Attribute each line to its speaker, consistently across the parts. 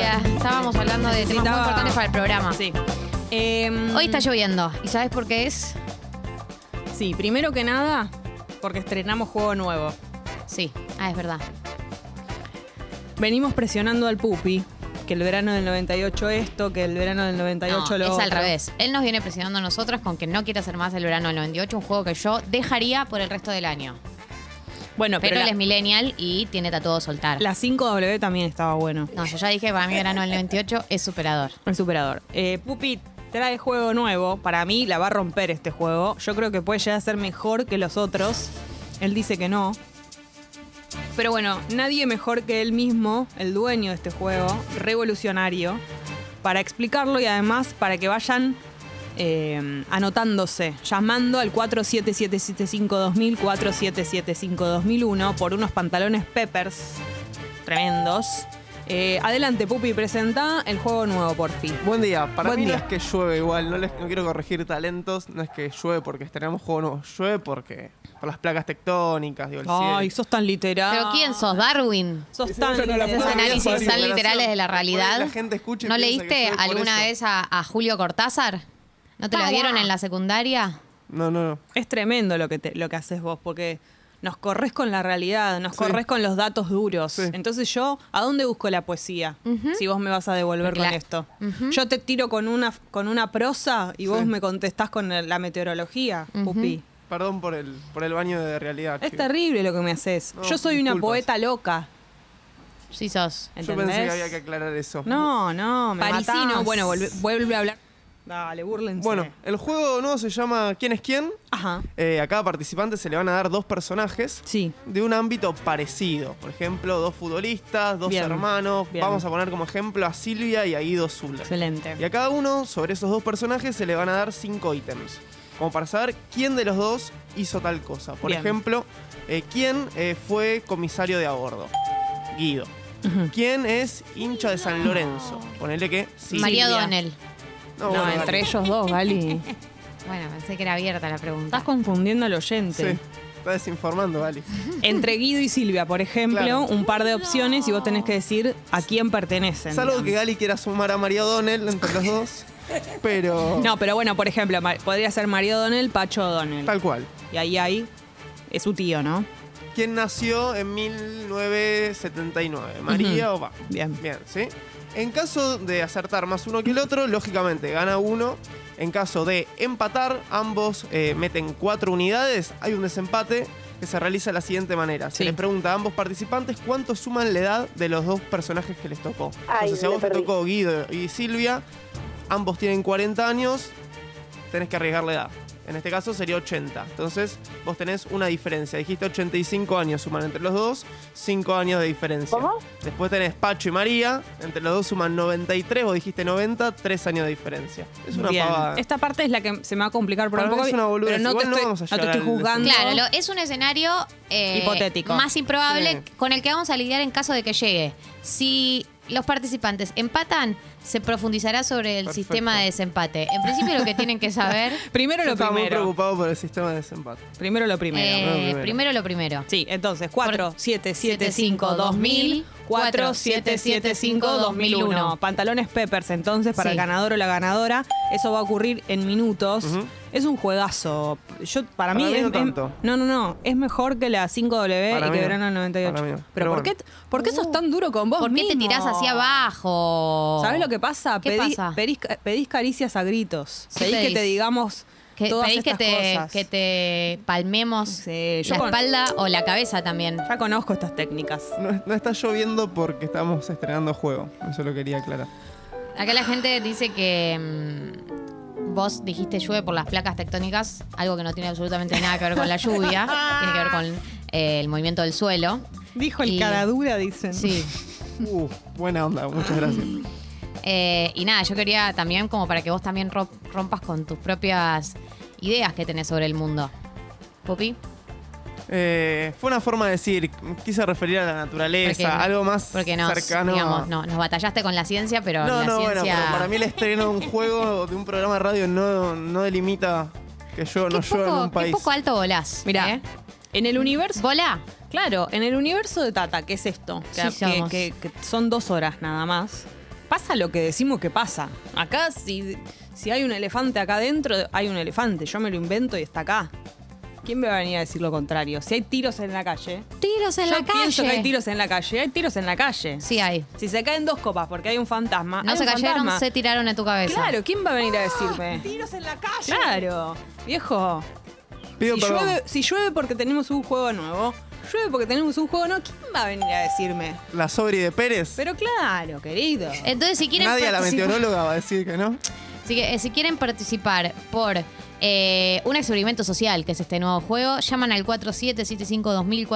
Speaker 1: estábamos hablando de temas muy
Speaker 2: Necesitaba-
Speaker 1: importantes para el programa.
Speaker 2: Sí. Em,
Speaker 1: Hoy está lloviendo. ¿Y sabes por qué es?
Speaker 2: Sí, primero que nada, porque estrenamos juego nuevo.
Speaker 1: Sí. Ah, es verdad.
Speaker 2: Venimos presionando al Pupi, que el verano del 98 esto, que el verano del 98
Speaker 1: No,
Speaker 2: lo
Speaker 1: es al
Speaker 2: otro.
Speaker 1: revés. Él nos viene presionando a nosotras con que no quiere hacer más el verano del 98, un juego que yo dejaría por el resto del año.
Speaker 2: Bueno,
Speaker 1: Pero
Speaker 2: pero,
Speaker 1: él
Speaker 2: la-
Speaker 1: es millennial y tiene tatuado soltar.
Speaker 2: la 5W también estaba bueno.
Speaker 1: No, yo ya dije, para mí verano del 98 es superador.
Speaker 2: El superador. Eh, Pupi trae juego nuevo. Para mí la va a romper este juego. Yo creo que puede llegar a ser mejor que los otros. Él dice que no. Pero bueno, nadie mejor que él mismo, el dueño de este juego, revolucionario, para explicarlo y además para que vayan eh, anotándose, llamando al 4777752000, 47752001 por unos pantalones Peppers tremendos. Eh, adelante, Pupi, presenta el juego nuevo por fin.
Speaker 3: Buen día, para
Speaker 2: Buen
Speaker 3: mí
Speaker 2: día.
Speaker 3: no es que llueve igual, no, les, no quiero corregir talentos, no es que llueve porque estrenamos juego nuevo, llueve porque por las placas tectónicas, digo, el
Speaker 2: Ay,
Speaker 3: cielo.
Speaker 2: sos tan literal.
Speaker 3: Ah.
Speaker 1: ¿Pero quién sos? ¿Darwin?
Speaker 2: Sos tan literal.
Speaker 1: Esos
Speaker 3: puedo creer,
Speaker 1: análisis
Speaker 3: Fabi,
Speaker 1: tan
Speaker 3: relación.
Speaker 1: literales de la
Speaker 3: Por ahí
Speaker 1: realidad.
Speaker 3: la gente escucha y
Speaker 1: ¿No
Speaker 3: piensa que
Speaker 1: leíste
Speaker 3: fue por
Speaker 1: alguna
Speaker 3: eso.
Speaker 1: vez a, a Julio Cortázar? ¿No te la dieron en la secundaria?
Speaker 3: No, no, no.
Speaker 2: Es tremendo lo que, te- lo que haces vos, porque nos corres con la realidad, nos
Speaker 3: Sí.
Speaker 2: corres con los datos duros.
Speaker 3: Sí.
Speaker 2: Entonces yo, ¿a dónde busco la poesía? Si vos me vas a devolver
Speaker 1: Porque
Speaker 2: con
Speaker 1: la-
Speaker 2: esto. Yo te tiro con una, con una prosa y vos me contestás con el- la meteorología, pupi.
Speaker 3: Perdón por el, por el baño de realidad.
Speaker 2: Es
Speaker 3: chicos.
Speaker 2: terrible lo que me haces.
Speaker 3: No,
Speaker 2: yo soy una
Speaker 3: disculpas.
Speaker 2: poeta loca,
Speaker 1: Sí sos.
Speaker 3: Yo
Speaker 2: ¿entendés?
Speaker 3: pensé que había que aclarar eso.
Speaker 2: No, no, me
Speaker 1: Parisino.
Speaker 2: matás. Bueno, vuelve, vuelve a hablar. Dale, burlense.
Speaker 3: Bueno, el juego nuevo se llama ¿Quién es quién?
Speaker 2: Ajá,
Speaker 3: Eh, a cada participante se le van a dar dos personajes
Speaker 2: sí.
Speaker 3: de un ámbito parecido. Por ejemplo, dos futbolistas, dos
Speaker 2: Bien,
Speaker 3: hermanos.
Speaker 2: bien.
Speaker 3: Vamos a poner como ejemplo a Silvia y a Guido Zuller.
Speaker 2: Excelente.
Speaker 3: Y a cada uno, sobre esos dos personajes, se le van a dar cinco ítems. Como para saber quién de los dos hizo tal cosa. Por
Speaker 2: Bien.
Speaker 3: ejemplo, eh, quién eh, fue comisario de a bordo. Guido.
Speaker 2: Ujú.
Speaker 3: ¿Quién es hincha de San Lorenzo? Ponele que sí.
Speaker 1: María
Speaker 2: Silvia.
Speaker 1: Donnell.
Speaker 3: No,
Speaker 2: No,
Speaker 3: bueno, dale.
Speaker 2: entre ellos dos, Gali.
Speaker 1: Bueno, pensé que era abierta la pregunta.
Speaker 2: Estás confundiendo al oyente.
Speaker 3: Sí, está desinformando, vale.
Speaker 2: Entre Guido y Silvia, por ejemplo,
Speaker 3: Claro.
Speaker 2: un par de opciones y vos tenés que decir a quién pertenecen.
Speaker 3: Es algo que
Speaker 2: digamos.
Speaker 3: Gali quiera sumar a María Donnell entre los dos, pero
Speaker 2: No, pero bueno, por ejemplo, ma- podría ser María Donel, Pacho Donel.
Speaker 3: tal cual.
Speaker 2: Y ahí hay. Es su tío, ¿no?
Speaker 3: ¿Quién nació en 1979? ¿María o va?
Speaker 2: Bien.
Speaker 3: Bien, ¿sí? En caso de acertar más uno que el otro, lógicamente gana uno. En caso de empatar, ambos eh, meten cuatro unidades. Hay un desempate que se realiza de la siguiente manera.
Speaker 2: Sí.
Speaker 3: Se les pregunta a ambos participantes cuánto suman la edad de los dos personajes que les tocó.
Speaker 4: Ay,
Speaker 3: Entonces, si a
Speaker 4: me
Speaker 3: vos te
Speaker 4: perdí.
Speaker 3: tocó Guido y Silvia, ambos tienen 40 años, tenés que arriesgar la edad. En este caso sería 80. Entonces, vos tenés una diferencia. Dijiste 85 años suman entre los dos, 5 años de diferencia.
Speaker 4: ¿Cómo?
Speaker 3: Después tenés Pacho y María, entre los dos suman 93, vos dijiste 90, 3 años de diferencia. Es una
Speaker 2: Bien.
Speaker 3: pavada.
Speaker 2: Esta parte es la que se me va a complicar por
Speaker 3: Para
Speaker 2: un
Speaker 3: mí
Speaker 2: poco.
Speaker 3: es una boludez.
Speaker 2: pero no
Speaker 3: Igual
Speaker 2: te,
Speaker 3: no
Speaker 2: estoy,
Speaker 3: vamos a
Speaker 2: no te
Speaker 3: llegar
Speaker 2: estoy
Speaker 3: al
Speaker 2: juzgando.
Speaker 1: Claro, lo- es un escenario eh,
Speaker 2: Hipotético.
Speaker 1: más improbable
Speaker 3: Sí.
Speaker 1: con el que vamos a lidiar en caso de que llegue. Si los participantes empatan, se profundizará sobre el
Speaker 3: Perfecto.
Speaker 1: sistema de desempate. En principio lo que tienen que saber,
Speaker 2: Primero
Speaker 3: Yo
Speaker 2: lo
Speaker 3: estaba muy
Speaker 2: primero.
Speaker 3: preocupado por el sistema de desempate.
Speaker 2: Primero lo primero.
Speaker 1: eh,
Speaker 3: lo primero.
Speaker 1: primero lo primero.
Speaker 2: Sí, entonces 4, 7, 7, 5, 2000, 4, 7, 7, 5, 2001. Pantalones Peppers, entonces, para
Speaker 1: Sí.
Speaker 2: el ganador o la ganadora. Eso va a ocurrir en minutos.
Speaker 3: Ujú.
Speaker 2: Es un juegazo. Yo, para,
Speaker 3: Para
Speaker 2: mí,
Speaker 3: mí
Speaker 2: es,
Speaker 3: no
Speaker 2: es-
Speaker 3: tanto.
Speaker 2: no, no, no. Es mejor que la 5W
Speaker 3: Para
Speaker 2: y
Speaker 3: mí
Speaker 2: que
Speaker 3: no.
Speaker 2: verano del 98.
Speaker 3: Para mí no.
Speaker 2: Pero,
Speaker 3: Pero
Speaker 2: ¿por,
Speaker 3: bueno.
Speaker 2: qué, ¿por qué sos tan duro con vos
Speaker 1: Uh, ¿Por qué te
Speaker 2: mismo?
Speaker 1: tirás hacia abajo?
Speaker 2: ¿Sabés lo que pasa?
Speaker 1: ¿Qué
Speaker 2: pedís,
Speaker 1: pasa?
Speaker 2: Pedís, pedís caricias a gritos.
Speaker 1: ¿Qué
Speaker 2: pedís, que
Speaker 1: pedís?
Speaker 2: te digamos
Speaker 1: Que
Speaker 2: todas
Speaker 1: pedís
Speaker 2: estas
Speaker 1: que te,
Speaker 2: cosas.
Speaker 1: que te palmemos
Speaker 2: Sí, yo
Speaker 1: la
Speaker 2: con-
Speaker 1: espalda o la cabeza también.
Speaker 2: Ya conozco estas técnicas.
Speaker 3: No, no está lloviendo porque estamos estrenando juego. Eso lo quería aclarar.
Speaker 1: Acá la gente dice que mm, vos dijiste llueve por las placas tectónicas, algo que no tiene absolutamente nada que ver con la lluvia, tiene que ver con eh, el movimiento del suelo.
Speaker 2: Dijo el
Speaker 1: Y-
Speaker 2: cara dura, dicen.
Speaker 1: Sí.
Speaker 3: Uh, buena onda, muchas gracias.
Speaker 1: Eh, y nada, yo quería también como para que vos también ro- rompas con tus propias ideas que tenés sobre el mundo. Pupi,
Speaker 3: Eh, fue una forma de decir, quise referir a la naturaleza,
Speaker 1: Porque-
Speaker 3: algo más
Speaker 1: porque nos,
Speaker 3: cercano. a-
Speaker 1: digamos, no, nos batallaste con la ciencia, pero
Speaker 3: no,
Speaker 1: la
Speaker 3: no, bueno,
Speaker 1: ciencia...
Speaker 3: pero para mí el estreno de un juego, de un programa de radio, no, no delimita que yo
Speaker 1: Qué
Speaker 3: no llueva en
Speaker 1: poco-
Speaker 3: un
Speaker 1: qué
Speaker 3: país.
Speaker 1: poco alto volás.
Speaker 2: Mirá,
Speaker 1: ¿eh?
Speaker 2: en el universo.
Speaker 1: Volá.
Speaker 2: Claro, en el universo de Tata, que es esto, que,
Speaker 1: Sí, somos.
Speaker 2: que- que- que son dos horas nada más. pasa lo que decimos que pasa. Acá, si, si hay un elefante acá adentro, hay un elefante. Yo me lo invento y está acá. ¿Quién me va a venir a decir lo contrario? Si hay tiros en la calle.
Speaker 1: Tiros en
Speaker 2: yo
Speaker 1: la
Speaker 2: pienso
Speaker 1: calle.
Speaker 2: que hay tiros en la calle. Hay tiros en la calle.
Speaker 1: Sí hay.
Speaker 2: Si se caen dos copas porque hay un fantasma.
Speaker 1: No
Speaker 2: hay
Speaker 1: se
Speaker 2: Ah, un
Speaker 1: cayeron,
Speaker 2: fantasma.
Speaker 1: se tiraron a tu cabeza.
Speaker 2: Claro, ¿quién va a venir a decirme?
Speaker 4: ¡Ah! Tiros en la calle.
Speaker 2: Claro, viejo.
Speaker 3: Pido
Speaker 2: si,
Speaker 3: perdón.
Speaker 2: llueve, si llueve porque tenemos un juego nuevo, llueve porque tenemos un juego nuevo, ¿quién va a venir a decirme?
Speaker 3: La Sobri de Pérez.
Speaker 2: Pero claro, querido.
Speaker 1: Entonces, si quieren
Speaker 3: Nadie a la
Speaker 1: participar-
Speaker 3: meteoróloga va a decir que no.
Speaker 1: Así que eh, si quieren participar por eh, un experimento social, que es este nuevo juego, llaman al 4775-2000,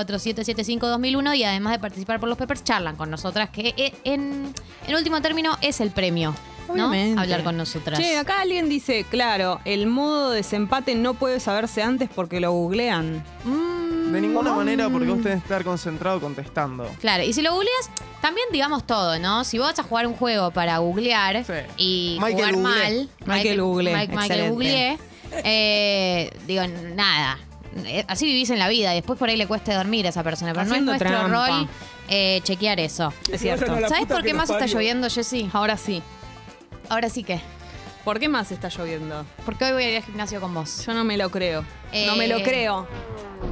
Speaker 1: 4775-2001 y además de participar por los Peppers, charlan con nosotras, que eh, en, en último término es el premio, ¿no?
Speaker 2: Obviamente.
Speaker 1: Hablar con nosotras.
Speaker 2: Che, acá alguien dice, claro, el modo desempate no puede saberse antes porque lo googlean.
Speaker 1: Mm,
Speaker 3: De ninguna manera, porque vos tenés que estar concentrado contestando.
Speaker 1: Claro, y si lo googleas, también digamos todo, ¿no? Si vos vas a jugar un juego para googlear
Speaker 3: Sí.
Speaker 1: y
Speaker 3: Michael
Speaker 1: jugar
Speaker 3: Bublé.
Speaker 1: mal,
Speaker 2: Michael Bublé,
Speaker 1: Mike- Michael
Speaker 2: excelente.
Speaker 1: Bublé, eh, digo, nada. Eh, Así vivís en la vida y después por ahí le cueste dormir a esa persona, pero
Speaker 2: Haciendo
Speaker 1: no es nuestro
Speaker 2: trampa.
Speaker 1: rol eh, chequear eso.
Speaker 2: Es cierto.
Speaker 4: La
Speaker 1: ¿Sabés
Speaker 4: puta
Speaker 1: por
Speaker 4: que
Speaker 1: qué
Speaker 4: nos
Speaker 1: más está
Speaker 4: parió.
Speaker 1: lloviendo, Jessy?
Speaker 2: Ahora sí.
Speaker 1: Ahora sí que.
Speaker 2: ¿Por qué más está lloviendo?
Speaker 1: Porque hoy voy a ir al gimnasio con vos.
Speaker 2: Yo no me lo creo. No me
Speaker 1: Eh,
Speaker 2: lo creo.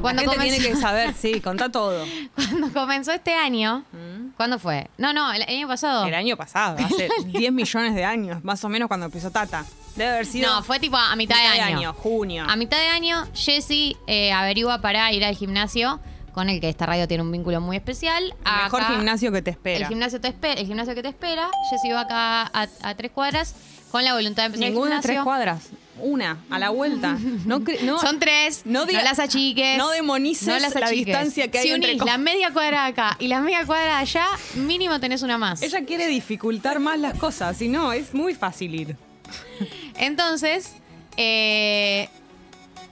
Speaker 1: Cuando
Speaker 2: la gente
Speaker 1: comenzó-
Speaker 2: tiene que saber, sí, contá todo.
Speaker 1: cuando comenzó este año,
Speaker 2: Mm.
Speaker 1: ¿cuándo fue? No, no, el año pasado.
Speaker 2: El año pasado, hace 10 millones de años, más o menos cuando empezó Tata. Debe haber sido
Speaker 1: No, fue tipo a mitad,
Speaker 2: mitad
Speaker 1: de año.
Speaker 2: junio.
Speaker 1: A mitad de año, Jessy eh, averigua para ir al gimnasio, con el que esta radio tiene un vínculo muy especial.
Speaker 2: El mejor
Speaker 1: Acá,
Speaker 2: gimnasio que te espera.
Speaker 1: El gimnasio, te espe- el gimnasio que te espera. Jessy va acá a, a tres cuadras con la voluntad de empezar
Speaker 2: Ninguna
Speaker 1: el
Speaker 2: de tres
Speaker 1: gimnasio.
Speaker 2: cuadras. Una, a la vuelta. No, cre- no-
Speaker 1: Son tres. No,
Speaker 2: diga-
Speaker 1: las achiques.
Speaker 2: no demonices la
Speaker 1: achiques.
Speaker 2: distancia que hay
Speaker 1: Si
Speaker 2: entre
Speaker 1: unís
Speaker 2: co-
Speaker 1: la media cuadra de acá y la media cuadra de allá, mínimo tenés una más.
Speaker 2: Ella quiere dificultar más las cosas, si no, es muy fácil ir.
Speaker 1: Entonces, eh,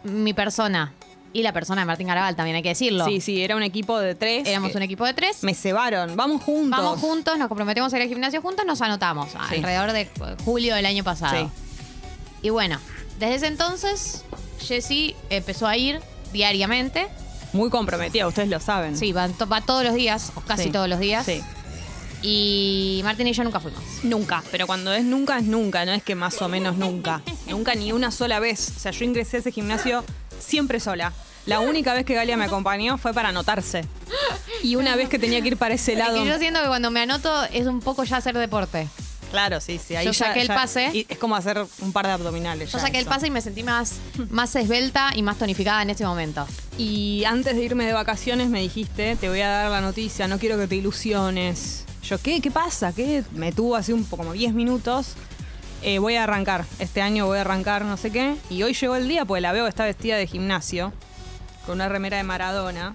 Speaker 1: mi persona y la persona de Martín Garabal también hay que decirlo.
Speaker 2: Sí, sí, era un equipo de tres.
Speaker 1: Éramos
Speaker 2: que
Speaker 1: un equipo de tres.
Speaker 2: Me cebaron. Vamos juntos.
Speaker 1: Vamos juntos, nos comprometemos a ir al gimnasio juntos, nos anotamos
Speaker 2: Sí.
Speaker 1: alrededor de eh, julio del año pasado.
Speaker 2: Sí.
Speaker 1: Y bueno, desde ese entonces, Jessy empezó a ir diariamente.
Speaker 2: Muy comprometida, ustedes lo saben.
Speaker 1: Sí, va, to- va todos los días, o casi
Speaker 2: Sí.
Speaker 1: todos los días.
Speaker 2: Sí.
Speaker 1: Y Martín y yo nunca fuimos.
Speaker 2: Nunca, pero cuando es nunca es nunca, no es que más o menos nunca. Nunca ni una sola vez. O sea, yo ingresé a ese gimnasio siempre sola. La única vez que Galia me acompañó fue para anotarse. Y una vez que tenía que ir para ese lado.
Speaker 1: Y yo siento que cuando me anoto es un poco ya hacer deporte.
Speaker 2: Claro, sí, sí. Ahí
Speaker 1: Yo
Speaker 2: ya-
Speaker 1: saqué el
Speaker 2: ya-
Speaker 1: pase.
Speaker 2: y es como hacer un par de abdominales.
Speaker 1: Yo
Speaker 2: ya
Speaker 1: saqué el
Speaker 2: eso.
Speaker 1: pase y me sentí más, más esbelta y más tonificada en ese momento.
Speaker 2: Y antes de irme de vacaciones me dijiste, te voy a dar la noticia, no quiero que te ilusiones. Yo, ¿qué? ¿Qué pasa? ¿Qué? Me tuvo hace un, po- como 10 minutos. Eh, voy a arrancar, este año voy a arrancar no sé qué. Y hoy llegó el día, pues la veo que está vestida de gimnasio, con una remera de Maradona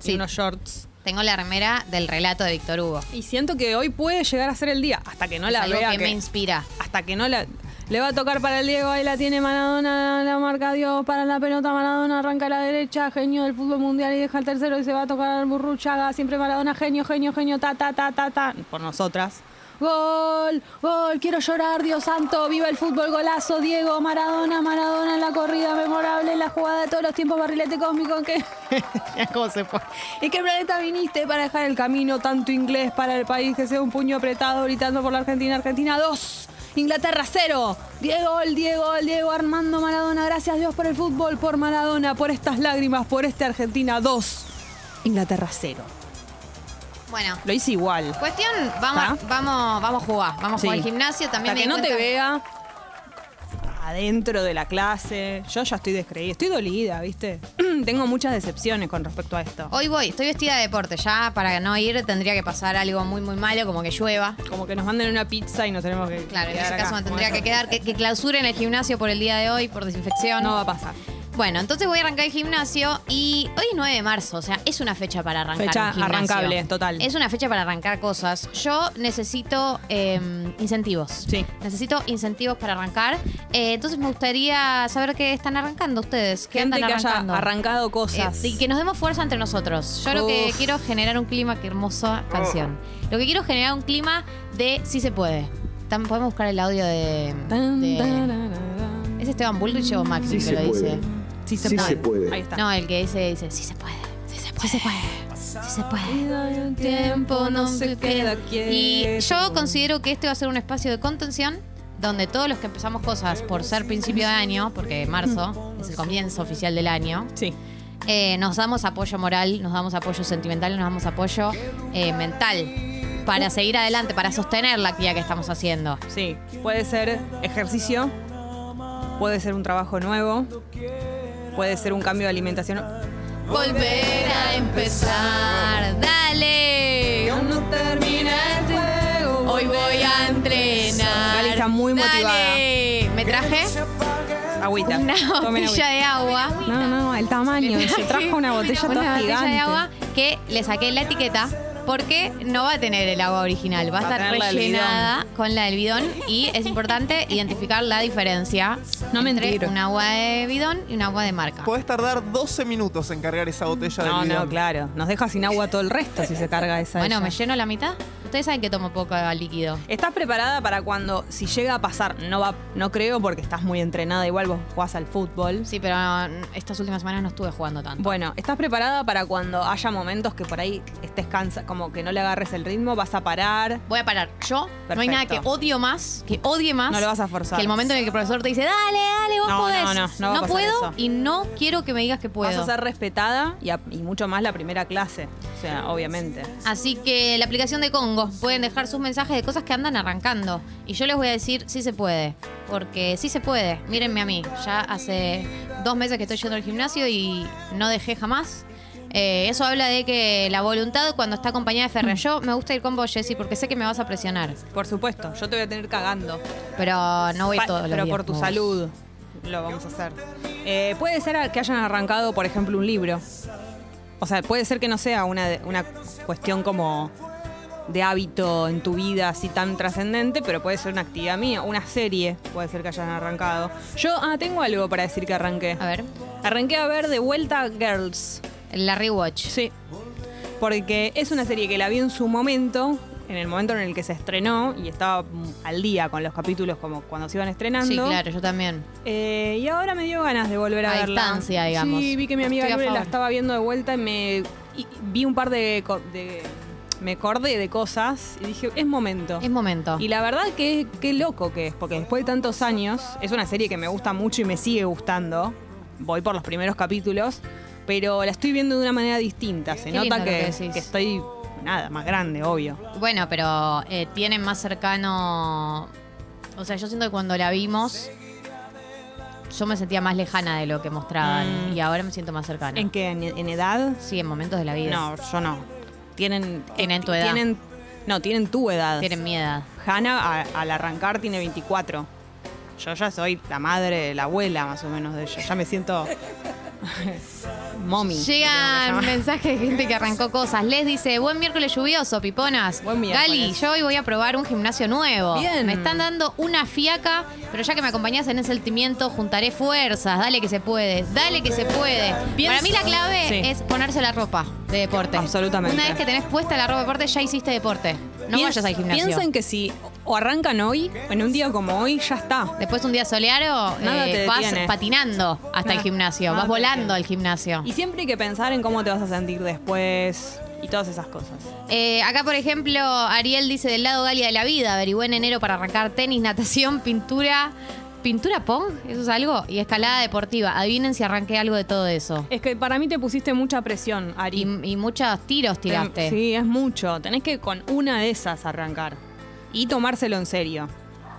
Speaker 1: Sí.
Speaker 2: y unos shorts.
Speaker 1: Tengo la remera del relato de Víctor Hugo.
Speaker 2: Y siento que hoy puede llegar a ser el día, hasta que no
Speaker 1: Es
Speaker 2: la
Speaker 1: algo
Speaker 2: vea.
Speaker 1: que me
Speaker 2: que-
Speaker 1: inspira.
Speaker 2: hasta que no la... Le va a tocar para el Diego, ahí la tiene Maradona, la marca Dios, para la pelota Maradona, arranca a la derecha, genio del fútbol mundial y deja el tercero y se va a tocar al Burruchaga, siempre Maradona, genio, genio, genio, ta, ta, ta, ta, ta. Por nosotras. Gol, gol, quiero llorar, Dios santo, viva el fútbol, golazo, Diego, Maradona, Maradona en la corrida memorable, en la jugada de todos los tiempos, barrilete cósmico, que... ¿Cómo se fue? ¿Y qué planeta viniste para dejar el camino tanto inglés para el país que sea un puño apretado gritando por la Argentina, Argentina 2? Inglaterra cero. Diego, el Diego, el Diego Armando Maradona. Gracias Dios por el fútbol, por Maradona, por estas lágrimas, por este Argentina 2. Inglaterra cero.
Speaker 1: Bueno,
Speaker 2: Lo hice igual.
Speaker 1: Cuestión, vamos,
Speaker 2: ¿Está?
Speaker 1: vamos, vamos a jugar. Vamos a
Speaker 2: ¿Ah? Sí.
Speaker 1: jugar al gimnasio. También
Speaker 2: Hasta
Speaker 1: me
Speaker 2: que no
Speaker 1: di
Speaker 2: te
Speaker 1: cuenta-
Speaker 2: vea adentro de la clase. Yo ya estoy descreída. Estoy dolida, ¿viste? Tengo muchas decepciones con respecto a esto.
Speaker 1: Hoy voy, estoy vestida de deporte. Ya para no ir tendría que pasar algo muy, muy malo, como que llueva.
Speaker 2: Como que nos manden una pizza y nos tenemos que.
Speaker 1: Claro, en
Speaker 2: quedar
Speaker 1: ese
Speaker 2: acá.
Speaker 1: caso me tendría
Speaker 2: Bueno,
Speaker 1: que quedar, que, que clausuren el gimnasio por el día de hoy, por desinfección.
Speaker 2: No va a pasar.
Speaker 1: Bueno, entonces voy a arrancar el gimnasio y hoy es 9 de marzo, o sea, es una fecha para arrancar.
Speaker 2: Fecha
Speaker 1: un gimnasio.
Speaker 2: arrancable, total.
Speaker 1: Es una fecha para arrancar cosas. Yo necesito eh, incentivos.
Speaker 2: Sí.
Speaker 1: Necesito incentivos para arrancar. Eh, entonces me gustaría saber qué están arrancando ustedes. ¿Qué
Speaker 2: Gente
Speaker 1: andan
Speaker 2: que haya
Speaker 1: arrancando?
Speaker 2: arrancado cosas.
Speaker 1: Eh, y que nos demos fuerza entre nosotros. Yo lo que
Speaker 2: Uf. Oh.
Speaker 1: quiero es generar un clima, que hermosa canción. Lo que quiero es generar un clima de sí se puede. Tam- podemos buscar el audio de.
Speaker 2: Tan,
Speaker 1: de-
Speaker 2: tarararán.
Speaker 1: ¿Es Esteban Bullrich o Maxi
Speaker 5: Sí
Speaker 1: que
Speaker 5: se
Speaker 1: lo dice?
Speaker 5: puede.
Speaker 2: Sí se
Speaker 5: Sí
Speaker 2: puede.
Speaker 5: se puede.
Speaker 2: Ahí está.
Speaker 1: No, el que dice, dice, sí se puede. Sí se puede. Sí se puede. Si se puede. El tiempo no se queda
Speaker 2: quieto.
Speaker 1: Y yo considero que este va a ser un espacio de contención donde todos los que empezamos cosas por ser principio de año, porque marzo es el comienzo oficial del año,
Speaker 2: Sí.
Speaker 1: eh, nos damos apoyo moral, nos damos apoyo sentimental, nos damos apoyo eh, mental para seguir adelante, para sostener la actividad que estamos haciendo.
Speaker 2: Sí, puede ser ejercicio, puede ser un trabajo nuevo, puede ser un cambio de alimentación.
Speaker 1: Volver a empezar, dale. Hoy voy a entrenar.
Speaker 2: Gali está muy
Speaker 1: Dale. Me traje
Speaker 2: Agüita.
Speaker 1: una
Speaker 2: Tomen
Speaker 1: botella
Speaker 2: agüita.
Speaker 1: de agua.
Speaker 2: No, no, el tamaño. Se trajo una botella
Speaker 1: Una
Speaker 2: toda
Speaker 1: botella
Speaker 2: gigante.
Speaker 1: de agua que le saqué la etiqueta porque no va a tener el agua original, va a
Speaker 2: Va a
Speaker 1: estar
Speaker 2: tener la del
Speaker 1: rellenada con la del bidón y es importante identificar la diferencia
Speaker 2: No
Speaker 1: entre
Speaker 2: mentir.
Speaker 1: un agua de bidón y un agua de marca.
Speaker 3: Podés tardar 12 minutos en cargar esa botella
Speaker 2: No,
Speaker 3: del
Speaker 2: no,
Speaker 3: bidón.
Speaker 2: claro. Nos deja sin agua todo el resto si se carga esa.
Speaker 1: Bueno,
Speaker 2: ella.
Speaker 1: me lleno la mitad. Ustedes saben que tomo poco líquido.
Speaker 2: ¿Estás preparada para cuando, si llega a pasar, no va, no creo porque estás muy entrenada, igual vos jugás al fútbol.
Speaker 1: Sí, pero mm, estas últimas semanas no estuve jugando tanto.
Speaker 2: Bueno, ¿estás preparada para cuando haya momentos que por ahí estés cansa, como que no le agarres el ritmo, vas a parar?
Speaker 1: Voy a parar. Yo no hay nada que
Speaker 2: Perfecto.
Speaker 1: odio más, que odie más.
Speaker 2: No lo vas a forzar.
Speaker 1: Que el momento en el que el profesor te dice, dale, dale, vos
Speaker 2: No, no,
Speaker 1: podés.
Speaker 2: no, no va a pasar
Speaker 1: puedo
Speaker 2: eso.
Speaker 1: y no quiero que me digas que puedo.
Speaker 2: Vas a ser respetada y, a- y mucho más la primera clase. O sea, obviamente.
Speaker 1: Así que la aplicación de Congo pueden dejar sus mensajes de cosas que andan arrancando. Y yo les voy a decir, sí se puede. Porque sí se puede. Mírenme a mí. Ya hace dos meses que estoy yendo al gimnasio y no dejé jamás. Eh, eso habla de que la voluntad cuando está acompañada de Ferrer.
Speaker 2: Mm.
Speaker 1: Yo me gusta ir con vos, Jessy, porque sé que me vas a presionar.
Speaker 2: Por supuesto, yo te voy a tener cagando.
Speaker 1: Pero Ah, no voy
Speaker 2: Pa-
Speaker 1: todos los
Speaker 2: pero
Speaker 1: días
Speaker 2: por tu
Speaker 1: como vos.
Speaker 2: salud lo vamos a hacer. Eh, puede ser a- que hayan arrancado, por ejemplo, un libro. O sea, puede ser que no sea una, de- una cuestión como de hábito en tu vida así tan trascendente, pero puede ser una actividad mía, una serie, puede ser que hayan arrancado. Yo ah, tengo algo para decir que arranqué.
Speaker 1: A ver,
Speaker 2: Arranqué a ver de vuelta Girls.
Speaker 1: la rewatch.
Speaker 2: Sí. Porque es una serie que la vi en su momento, en el momento en el que se estrenó, y estaba mm, al día con los capítulos como cuando se iban estrenando.
Speaker 1: Sí, claro, yo también.
Speaker 2: Eh, y ahora me dio ganas de volver a,
Speaker 1: A
Speaker 2: verla.
Speaker 1: distancia, digamos.
Speaker 2: Sí, vi que mi amiga
Speaker 1: Estoy a
Speaker 2: Lore la
Speaker 1: favor.
Speaker 2: estaba viendo de vuelta y me y vi un par de, co- de- me acordé de cosas y dije, es momento.
Speaker 1: Es momento.
Speaker 2: y la verdad que qué loco que es, porque después de tantos años, es una serie que me gusta mucho y me sigue gustando. Voy por los primeros capítulos, pero la estoy viendo de una manera distinta. Se
Speaker 1: Qué lindo
Speaker 2: nota
Speaker 1: lo que
Speaker 2: que,
Speaker 1: decís.
Speaker 2: que estoy nada, más grande, obvio.
Speaker 1: Bueno, pero eh, tienen más cercano. O sea, yo siento que cuando la vimos, yo me sentía más lejana de lo que mostraban.
Speaker 2: Mm.
Speaker 1: Y ahora me siento más cercana.
Speaker 2: ¿En qué? ¿En- en edad?
Speaker 1: Sí, en momentos de la vida.
Speaker 2: No, yo no. Tienen,
Speaker 1: Tienen tu edad.
Speaker 2: tienen- no, tienen tu edad.
Speaker 1: Tienen miedo.
Speaker 2: Hannah a- al arrancar tiene 24. Yo ya soy la madre, la abuela más o menos de ella. Ya me siento mommy.
Speaker 1: Llegan
Speaker 2: creo que se llama.
Speaker 1: mensajes de gente que arrancó cosas. Les dice, buen miércoles lluvioso, piponas.
Speaker 2: Buen miércoles.
Speaker 1: Gali, yo hoy voy a probar un gimnasio nuevo.
Speaker 2: Bien.
Speaker 1: Me están dando una fiaca, pero ya que me acompañás en ese sentimiento, juntaré fuerzas. Dale que se puede, dale que se puede.
Speaker 2: Pienso-
Speaker 1: Para mí la clave
Speaker 2: Sí.
Speaker 1: es ponerse la ropa de deporte.
Speaker 2: Absolutamente.
Speaker 1: Una vez que tenés puesta la ropa de deporte, ya hiciste deporte. No
Speaker 2: Piens-
Speaker 1: vayas al gimnasio.
Speaker 2: Piensen que si o arrancan hoy, en un día como hoy, ya está.
Speaker 1: Después un día soleado,
Speaker 2: Nada
Speaker 1: eh,
Speaker 2: te
Speaker 1: vas
Speaker 2: detiene.
Speaker 1: patinando hasta el
Speaker 2: Nada-
Speaker 1: gimnasio,
Speaker 2: nada
Speaker 1: vas
Speaker 2: te
Speaker 1: volando
Speaker 2: detiene.
Speaker 1: al gimnasio.
Speaker 2: Y siempre hay que pensar en cómo te vas a sentir después y todas esas cosas.
Speaker 1: Eh, acá, por ejemplo, Ariel dice del lado Galia de la vida, averigüé en enero para arrancar tenis, natación, pintura. ¿Pintura Pong? ¿Eso es algo? Y escalada deportiva. Adivinen si arranqué algo de todo eso.
Speaker 2: Es que para mí te pusiste mucha presión, Ari.
Speaker 1: Y, y muchos tiros tiraste.
Speaker 2: Em, Sí, es mucho. Tenés que con una de esas arrancar y tomárselo en serio.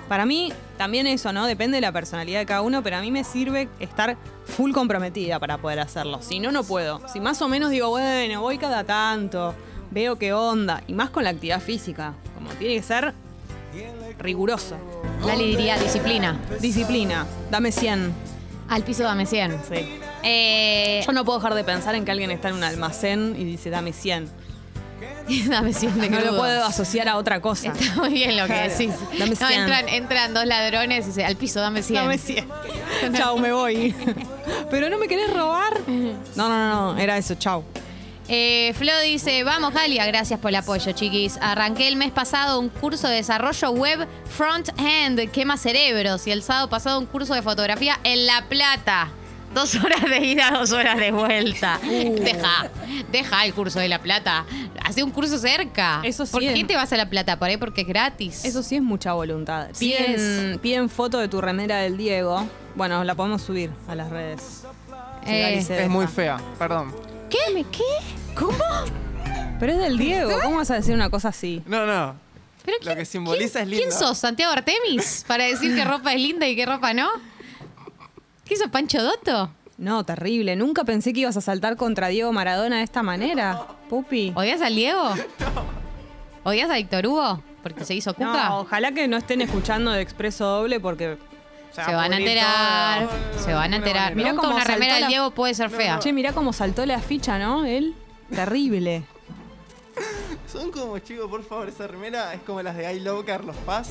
Speaker 2: Para mí, también eso, ¿no? Depende de la personalidad de cada uno, pero a mí me sirve estar full comprometida para poder hacerlo. Si no, no puedo. Si más o menos digo, bueno, voy cada tanto, veo qué onda, y más con la actividad física, como tiene que ser riguroso.
Speaker 1: Lali diría disciplina.
Speaker 2: Disciplina, dame 100.
Speaker 1: Al piso dame 100.
Speaker 2: Sí.
Speaker 1: Eh,
Speaker 2: Yo no puedo dejar de pensar en que alguien está en un almacén y dice, dame 100.
Speaker 1: dame 100 de
Speaker 2: No lo
Speaker 1: crudo.
Speaker 2: puedo asociar a otra cosa.
Speaker 1: Está muy bien lo que
Speaker 2: Claro.
Speaker 1: decís.
Speaker 2: Dame
Speaker 1: No,
Speaker 2: 100.
Speaker 1: entran, entran dos ladrones y dicen, al piso dame 100.
Speaker 2: Dame 100. chau, me voy. Pero no me querés robar. No, no, no, no, era eso, chau.
Speaker 1: Eh, Flo dice, vamos Galia, gracias por el apoyo, chiquis. Arranqué el mes pasado un curso de desarrollo web front-end, quema cerebros, y el sábado pasado un curso de fotografía en La Plata. Dos horas de ida, dos horas de vuelta.
Speaker 2: Uh.
Speaker 1: Deja, deja el curso de La Plata. Hace un curso cerca.
Speaker 2: Eso sí
Speaker 1: ¿Por
Speaker 2: es-
Speaker 1: qué te vas a La Plata? Por ahí porque es gratis.
Speaker 2: Eso sí es mucha voluntad.
Speaker 1: Sí
Speaker 2: Piden,
Speaker 1: es.
Speaker 2: piden foto de tu remera del Diego. Bueno, la podemos subir a las redes.
Speaker 1: Eh,
Speaker 2: Gali se
Speaker 3: Es muy
Speaker 2: deja.
Speaker 3: fea, perdón.
Speaker 1: ¿Qué? ¿Qué? ¿Cómo?
Speaker 2: Pero es del Diego. ¿Cómo vas a decir una cosa así?
Speaker 3: No, no.
Speaker 1: ¿Pero
Speaker 3: Lo que simboliza
Speaker 1: quién-
Speaker 3: es lindo.
Speaker 1: ¿Quién sos? ¿Santiago Artemis? Para decir qué ropa es linda y qué ropa no. ¿Qué sos, Pancho Dotto?
Speaker 2: No, terrible. Nunca pensé que ibas a saltar contra Diego Maradona de esta manera. Pupi.
Speaker 1: ¿Odias al Diego? ¿Odias a Víctor Hugo? Porque se hizo cuca.
Speaker 2: No, ojalá que no estén escuchando de Expreso Doble porque...
Speaker 1: se van a
Speaker 3: pudrir
Speaker 1: enterar.
Speaker 3: todo, no, no,
Speaker 1: se van a
Speaker 3: de ninguna
Speaker 1: enterar.
Speaker 2: Mirá
Speaker 3: manera.
Speaker 1: Mira
Speaker 2: cómo
Speaker 1: cómo una remera
Speaker 2: saltó
Speaker 1: del
Speaker 2: la-
Speaker 1: Diego puede ser fea.
Speaker 2: Che, mirá cómo saltó la ficha, ¿no? Él. Terrible.
Speaker 3: Son como, chicos, por favor, esa remera es como las de I Love Carlos Paz.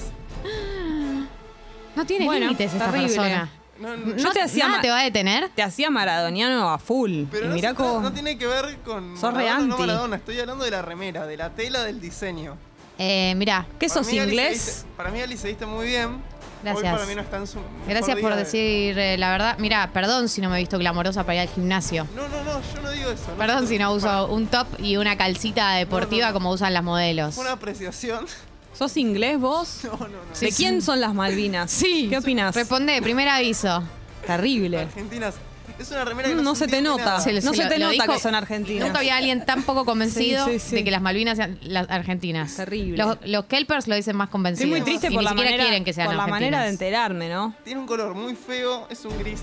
Speaker 1: No tiene
Speaker 2: Bueno,
Speaker 1: límites esta
Speaker 2: terrible.
Speaker 1: persona.
Speaker 3: No, no,
Speaker 2: No te hacía
Speaker 1: ¿Nada
Speaker 2: ma-
Speaker 1: te va a detener?
Speaker 2: Te hacía maradoniano a full.
Speaker 3: pero
Speaker 2: y
Speaker 3: no,
Speaker 2: mirá
Speaker 3: se-
Speaker 2: cómo...
Speaker 3: no tiene que ver con
Speaker 2: Sos re
Speaker 3: Maradona o no
Speaker 2: anti.
Speaker 3: Maradona. Estoy hablando de la remera, de la tela del diseño.
Speaker 1: Eh, mirá,
Speaker 2: ¿Qué
Speaker 3: Para
Speaker 2: sos,
Speaker 3: mí, Ali,
Speaker 2: inglés?
Speaker 3: seguiste- Para mí, Ali, seguiste muy bien. Hoy
Speaker 1: Gracias.
Speaker 3: para mí no está en su mejor
Speaker 1: gracias por
Speaker 3: día de-
Speaker 1: decir eh, la verdad. Mirá, perdón si no me he visto glamorosa para ir al gimnasio.
Speaker 3: No, no, no, yo no digo eso.
Speaker 1: Perdón si no
Speaker 3: Para-
Speaker 1: uso un top y una calcita deportiva
Speaker 3: No, no, no.
Speaker 1: como usan las modelos.
Speaker 3: Fue una apreciación.
Speaker 2: ¿Sos inglés vos?
Speaker 3: No, no, no.
Speaker 2: ¿De
Speaker 1: Sí,
Speaker 2: quién son las Malvinas? Sí. ¿Qué opinás?
Speaker 1: Responde, primer aviso.
Speaker 2: Terrible.
Speaker 3: Argentinas. Es una remera que
Speaker 2: No se te
Speaker 3: entiende
Speaker 2: nota.
Speaker 3: nada.
Speaker 1: Se-
Speaker 2: no
Speaker 1: se
Speaker 2: se
Speaker 1: lo-
Speaker 2: te
Speaker 1: lo
Speaker 2: nota
Speaker 1: dijo-
Speaker 2: que son argentinas.
Speaker 1: Nunca había alguien tan poco convencido
Speaker 2: Sí, sí, sí.
Speaker 1: de que las Malvinas sean las argentinas.
Speaker 2: Terrible.
Speaker 1: Los, los kelpers lo dicen más convencidos.
Speaker 2: Estoy muy triste
Speaker 1: y
Speaker 2: por
Speaker 1: ni
Speaker 2: la
Speaker 1: siquiera
Speaker 2: manera,
Speaker 1: quieren que sean
Speaker 2: por la
Speaker 1: argentinas.
Speaker 2: manera de enterarme, ¿no?
Speaker 3: Tiene un color muy feo, es un gris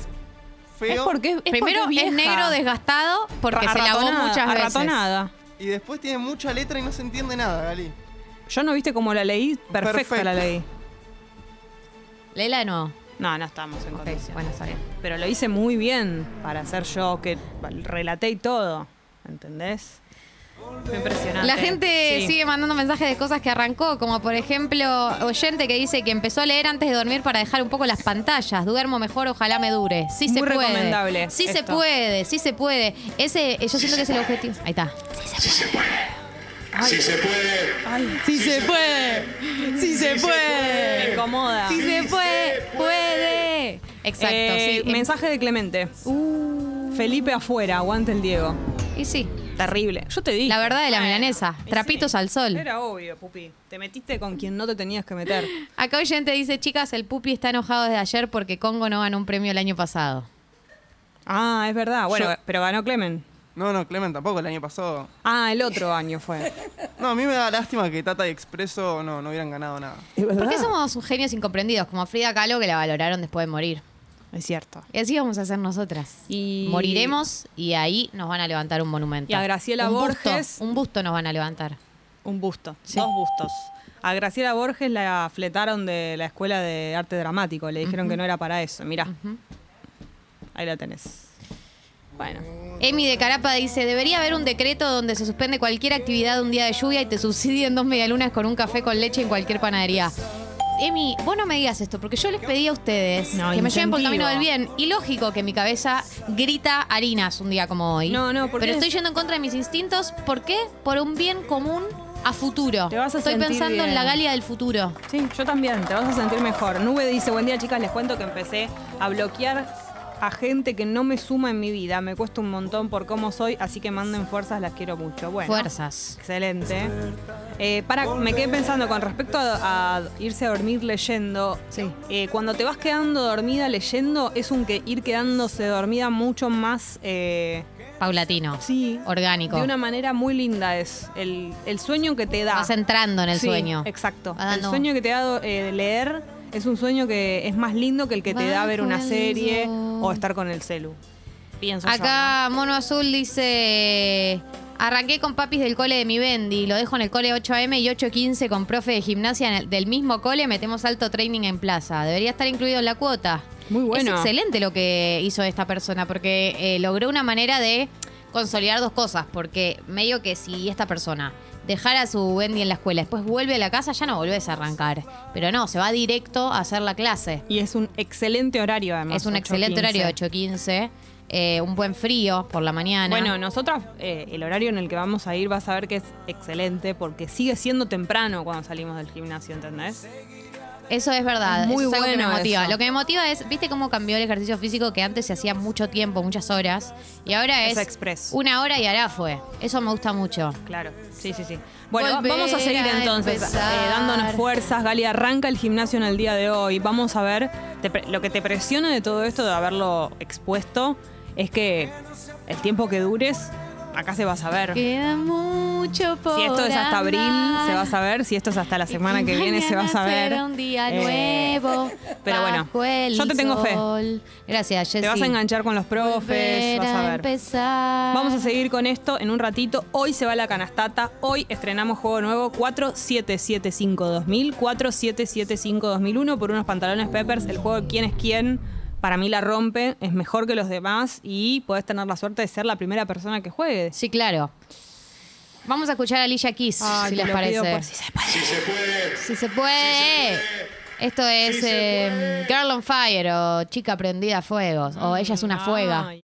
Speaker 3: feo.
Speaker 2: Es porque es
Speaker 1: Primero
Speaker 2: porque
Speaker 1: es
Speaker 2: vieja.
Speaker 1: negro desgastado porque
Speaker 2: Ra-
Speaker 1: se lavó
Speaker 2: arratonada,
Speaker 1: muchas veces.
Speaker 2: arratonada.
Speaker 3: Y después tiene mucha letra y no se entiende nada, Gali.
Speaker 2: Yo no viste cómo la leí, perfecta
Speaker 3: Perfecto.
Speaker 2: la leí.
Speaker 1: Leila de nuevo.
Speaker 2: No, no estamos en
Speaker 1: Ok,
Speaker 2: condiciones.
Speaker 1: bueno, está bien.
Speaker 2: Pero lo hice muy bien para hacer yo que relaté y todo, ¿entendés? Fue impresionante.
Speaker 1: La gente
Speaker 2: Sí.
Speaker 1: sigue mandando mensajes de cosas que arrancó, como por ejemplo, oyente que dice que empezó a leer antes de dormir para dejar un poco las pantallas. Duermo mejor, ojalá me dure. Sí
Speaker 2: Muy
Speaker 1: se puede.
Speaker 2: recomendable
Speaker 1: Sí se
Speaker 2: esto.
Speaker 1: puede, sí se puede. Ese, eh, yo siento que es el objetivo. Ahí está.
Speaker 4: Si se puede.
Speaker 2: Ay, sí, se, puede. Sí se puede. Me incomoda.
Speaker 1: Ah. Sí se puede, puede. Exacto,
Speaker 2: Eh,
Speaker 1: sí. Uh.
Speaker 2: Mensaje de Clemente. Felipe afuera, aguante el Diego.
Speaker 1: Y sí,
Speaker 2: Terrible. Yo te dije.
Speaker 1: la verdad de la
Speaker 2: Bueno,
Speaker 1: milanesa.
Speaker 2: y sí.
Speaker 1: Trapitos al sol.
Speaker 2: Era obvio, Pupi. Te metiste con quien no te tenías que meter.
Speaker 1: Acá oyente dice, chicas, el pupi está enojado desde ayer porque Congo no ganó un premio el año pasado.
Speaker 2: Ah, es verdad. Bueno,
Speaker 3: Yo-
Speaker 2: pero ganó Clemen.
Speaker 3: No, no, Clemen tampoco, el año pasado.
Speaker 2: Ah, el otro año fue.
Speaker 3: No, a mí me da lástima que Tata y Expreso no, no hubieran ganado nada.
Speaker 1: ¿Por qué somos genios incomprendidos? Como Frida Kahlo, que la valoraron después de morir.
Speaker 2: Es cierto.
Speaker 1: Y así vamos a hacer nosotras.
Speaker 2: Y-
Speaker 1: Moriremos y ahí nos van a levantar un monumento.
Speaker 2: Y a Graciela
Speaker 1: un
Speaker 2: Borges-
Speaker 1: Busto, un busto nos van a levantar.
Speaker 2: Un busto. Dos bustos. A Graciela Borges la fletaron de la escuela de arte dramático. Le dijeron que no era para eso. Mirá. Ahí la tenés. Bueno.
Speaker 1: Emi de Carapa dice, debería haber un decreto donde se suspende cualquier actividad un día de lluvia y te subsidien dos medialunas con un café con leche en cualquier panadería. Emi, vos no me digas esto, porque yo les pedí a ustedes
Speaker 2: No,
Speaker 1: que me lleven por el
Speaker 2: incentivo.
Speaker 1: camino del bien. Y lógico que mi cabeza grita harinas un día como hoy.
Speaker 2: No, no, ¿por
Speaker 1: Pero
Speaker 2: qué?
Speaker 1: estoy yendo en contra de mis instintos. ¿Por qué? Por un bien común a futuro.
Speaker 2: Te vas a
Speaker 1: estoy
Speaker 2: sentir
Speaker 1: pensando en
Speaker 2: bien.
Speaker 1: la Galia del futuro.
Speaker 2: Sí, yo también, te vas a sentir mejor. Nube dice, buen día chicas, les cuento que empecé a bloquear a gente que no me suma en mi vida. Me cuesta un montón por cómo soy, así que manden fuerzas, las quiero mucho. Bueno,
Speaker 1: Fuerzas.
Speaker 2: excelente. Eh, para, me quedé pensando con respecto a, a irse a dormir leyendo.
Speaker 1: Sí.
Speaker 2: eh, cuando te vas quedando dormida leyendo, es un que ir quedándose dormida mucho más... eh,
Speaker 1: Paulatino.
Speaker 2: sí.
Speaker 1: Orgánico.
Speaker 2: De una manera muy linda es el, el sueño que te da.
Speaker 1: Vas entrando en el
Speaker 2: Sí,
Speaker 1: sueño.
Speaker 2: Exacto.
Speaker 1: Ah,
Speaker 2: el
Speaker 1: no.
Speaker 2: sueño que te da eh, leer es un sueño que es más lindo que el que te da ver una
Speaker 1: Bajo el
Speaker 2: serie
Speaker 1: sol.
Speaker 2: o estar con el celu. Pienso yo,
Speaker 1: Acá Mono Azul dice... Arranqué con papis del cole de mi Bendy, lo dejo en el cole 8am y 8.15 con profe de gimnasia en el- del mismo cole, metemos alto training en plaza. Debería estar incluido en la cuota.
Speaker 2: Muy bueno.
Speaker 1: Es excelente lo que hizo esta persona porque eh, logró una manera de consolidar dos cosas, porque medio que si esta persona dejara a su Bendy en la escuela, después vuelve a la casa, ya no volvés a arrancar. Pero no, se va directo a hacer la clase.
Speaker 2: ¿no? Y es un excelente horario además.
Speaker 1: Es un
Speaker 2: 8,
Speaker 1: excelente
Speaker 2: 15.
Speaker 1: horario, 8.15. eh, un buen frío por la mañana.
Speaker 2: Bueno, nosotras, eh, el horario en el que vamos a ir vas a ver que es excelente porque sigue siendo temprano cuando salimos del gimnasio, ¿entendés?
Speaker 1: Eso es verdad.
Speaker 2: Es muy
Speaker 1: eso es algo que me
Speaker 2: bueno
Speaker 1: motiva.
Speaker 2: eso.
Speaker 1: Lo que me motiva es, ¿viste cómo cambió el ejercicio físico que antes se hacía mucho tiempo, muchas horas? Y ahora es
Speaker 2: Es express.
Speaker 1: una hora y hará fue. Eso me gusta mucho.
Speaker 2: Claro, sí, sí, sí. Bueno,
Speaker 1: Volver
Speaker 2: vamos a seguir
Speaker 1: a
Speaker 2: entonces
Speaker 1: empezar.
Speaker 2: eh, dándonos fuerzas. Gali, arranca el gimnasio en el día de hoy. Vamos a ver, te pre- lo que te presiona de todo esto, de haberlo expuesto, es que el tiempo que dures, acá se va a saber.
Speaker 1: Queda mucho por
Speaker 2: Si esto es hasta abril,
Speaker 1: andar.
Speaker 2: se va a saber. Si esto es hasta la semana que viene, se va a
Speaker 1: Mañana
Speaker 2: saber.
Speaker 1: será un día
Speaker 2: Eh,
Speaker 1: nuevo.
Speaker 2: pero bueno,
Speaker 1: bajo el
Speaker 2: yo te tengo fe.
Speaker 1: sol. Gracias, Jessy.
Speaker 2: Te vas a enganchar con los profes,
Speaker 1: Volver
Speaker 2: vas
Speaker 1: a
Speaker 2: a ver.
Speaker 1: empezar.
Speaker 2: Vamos a seguir con esto en un ratito. Hoy se va la canastata. Hoy estrenamos juego nuevo 4775-2000, 4775-2001 por unos pantalones Peppers. El juego de quién es quién. Para mí la rompe, es mejor que los demás y podés tener la suerte de ser la primera persona que juegue.
Speaker 1: Sí, claro. Vamos a escuchar a Alicia Keys,
Speaker 2: Ay,
Speaker 1: si
Speaker 2: te
Speaker 1: les
Speaker 2: lo
Speaker 1: parece.
Speaker 2: pido por si se puede.
Speaker 4: Si se puede.
Speaker 1: Si se puede. Esto es em,
Speaker 4: se
Speaker 1: eh, Girl on Fire o Chica Prendida a Fuegos o Ella es una fuega.
Speaker 2: Ay.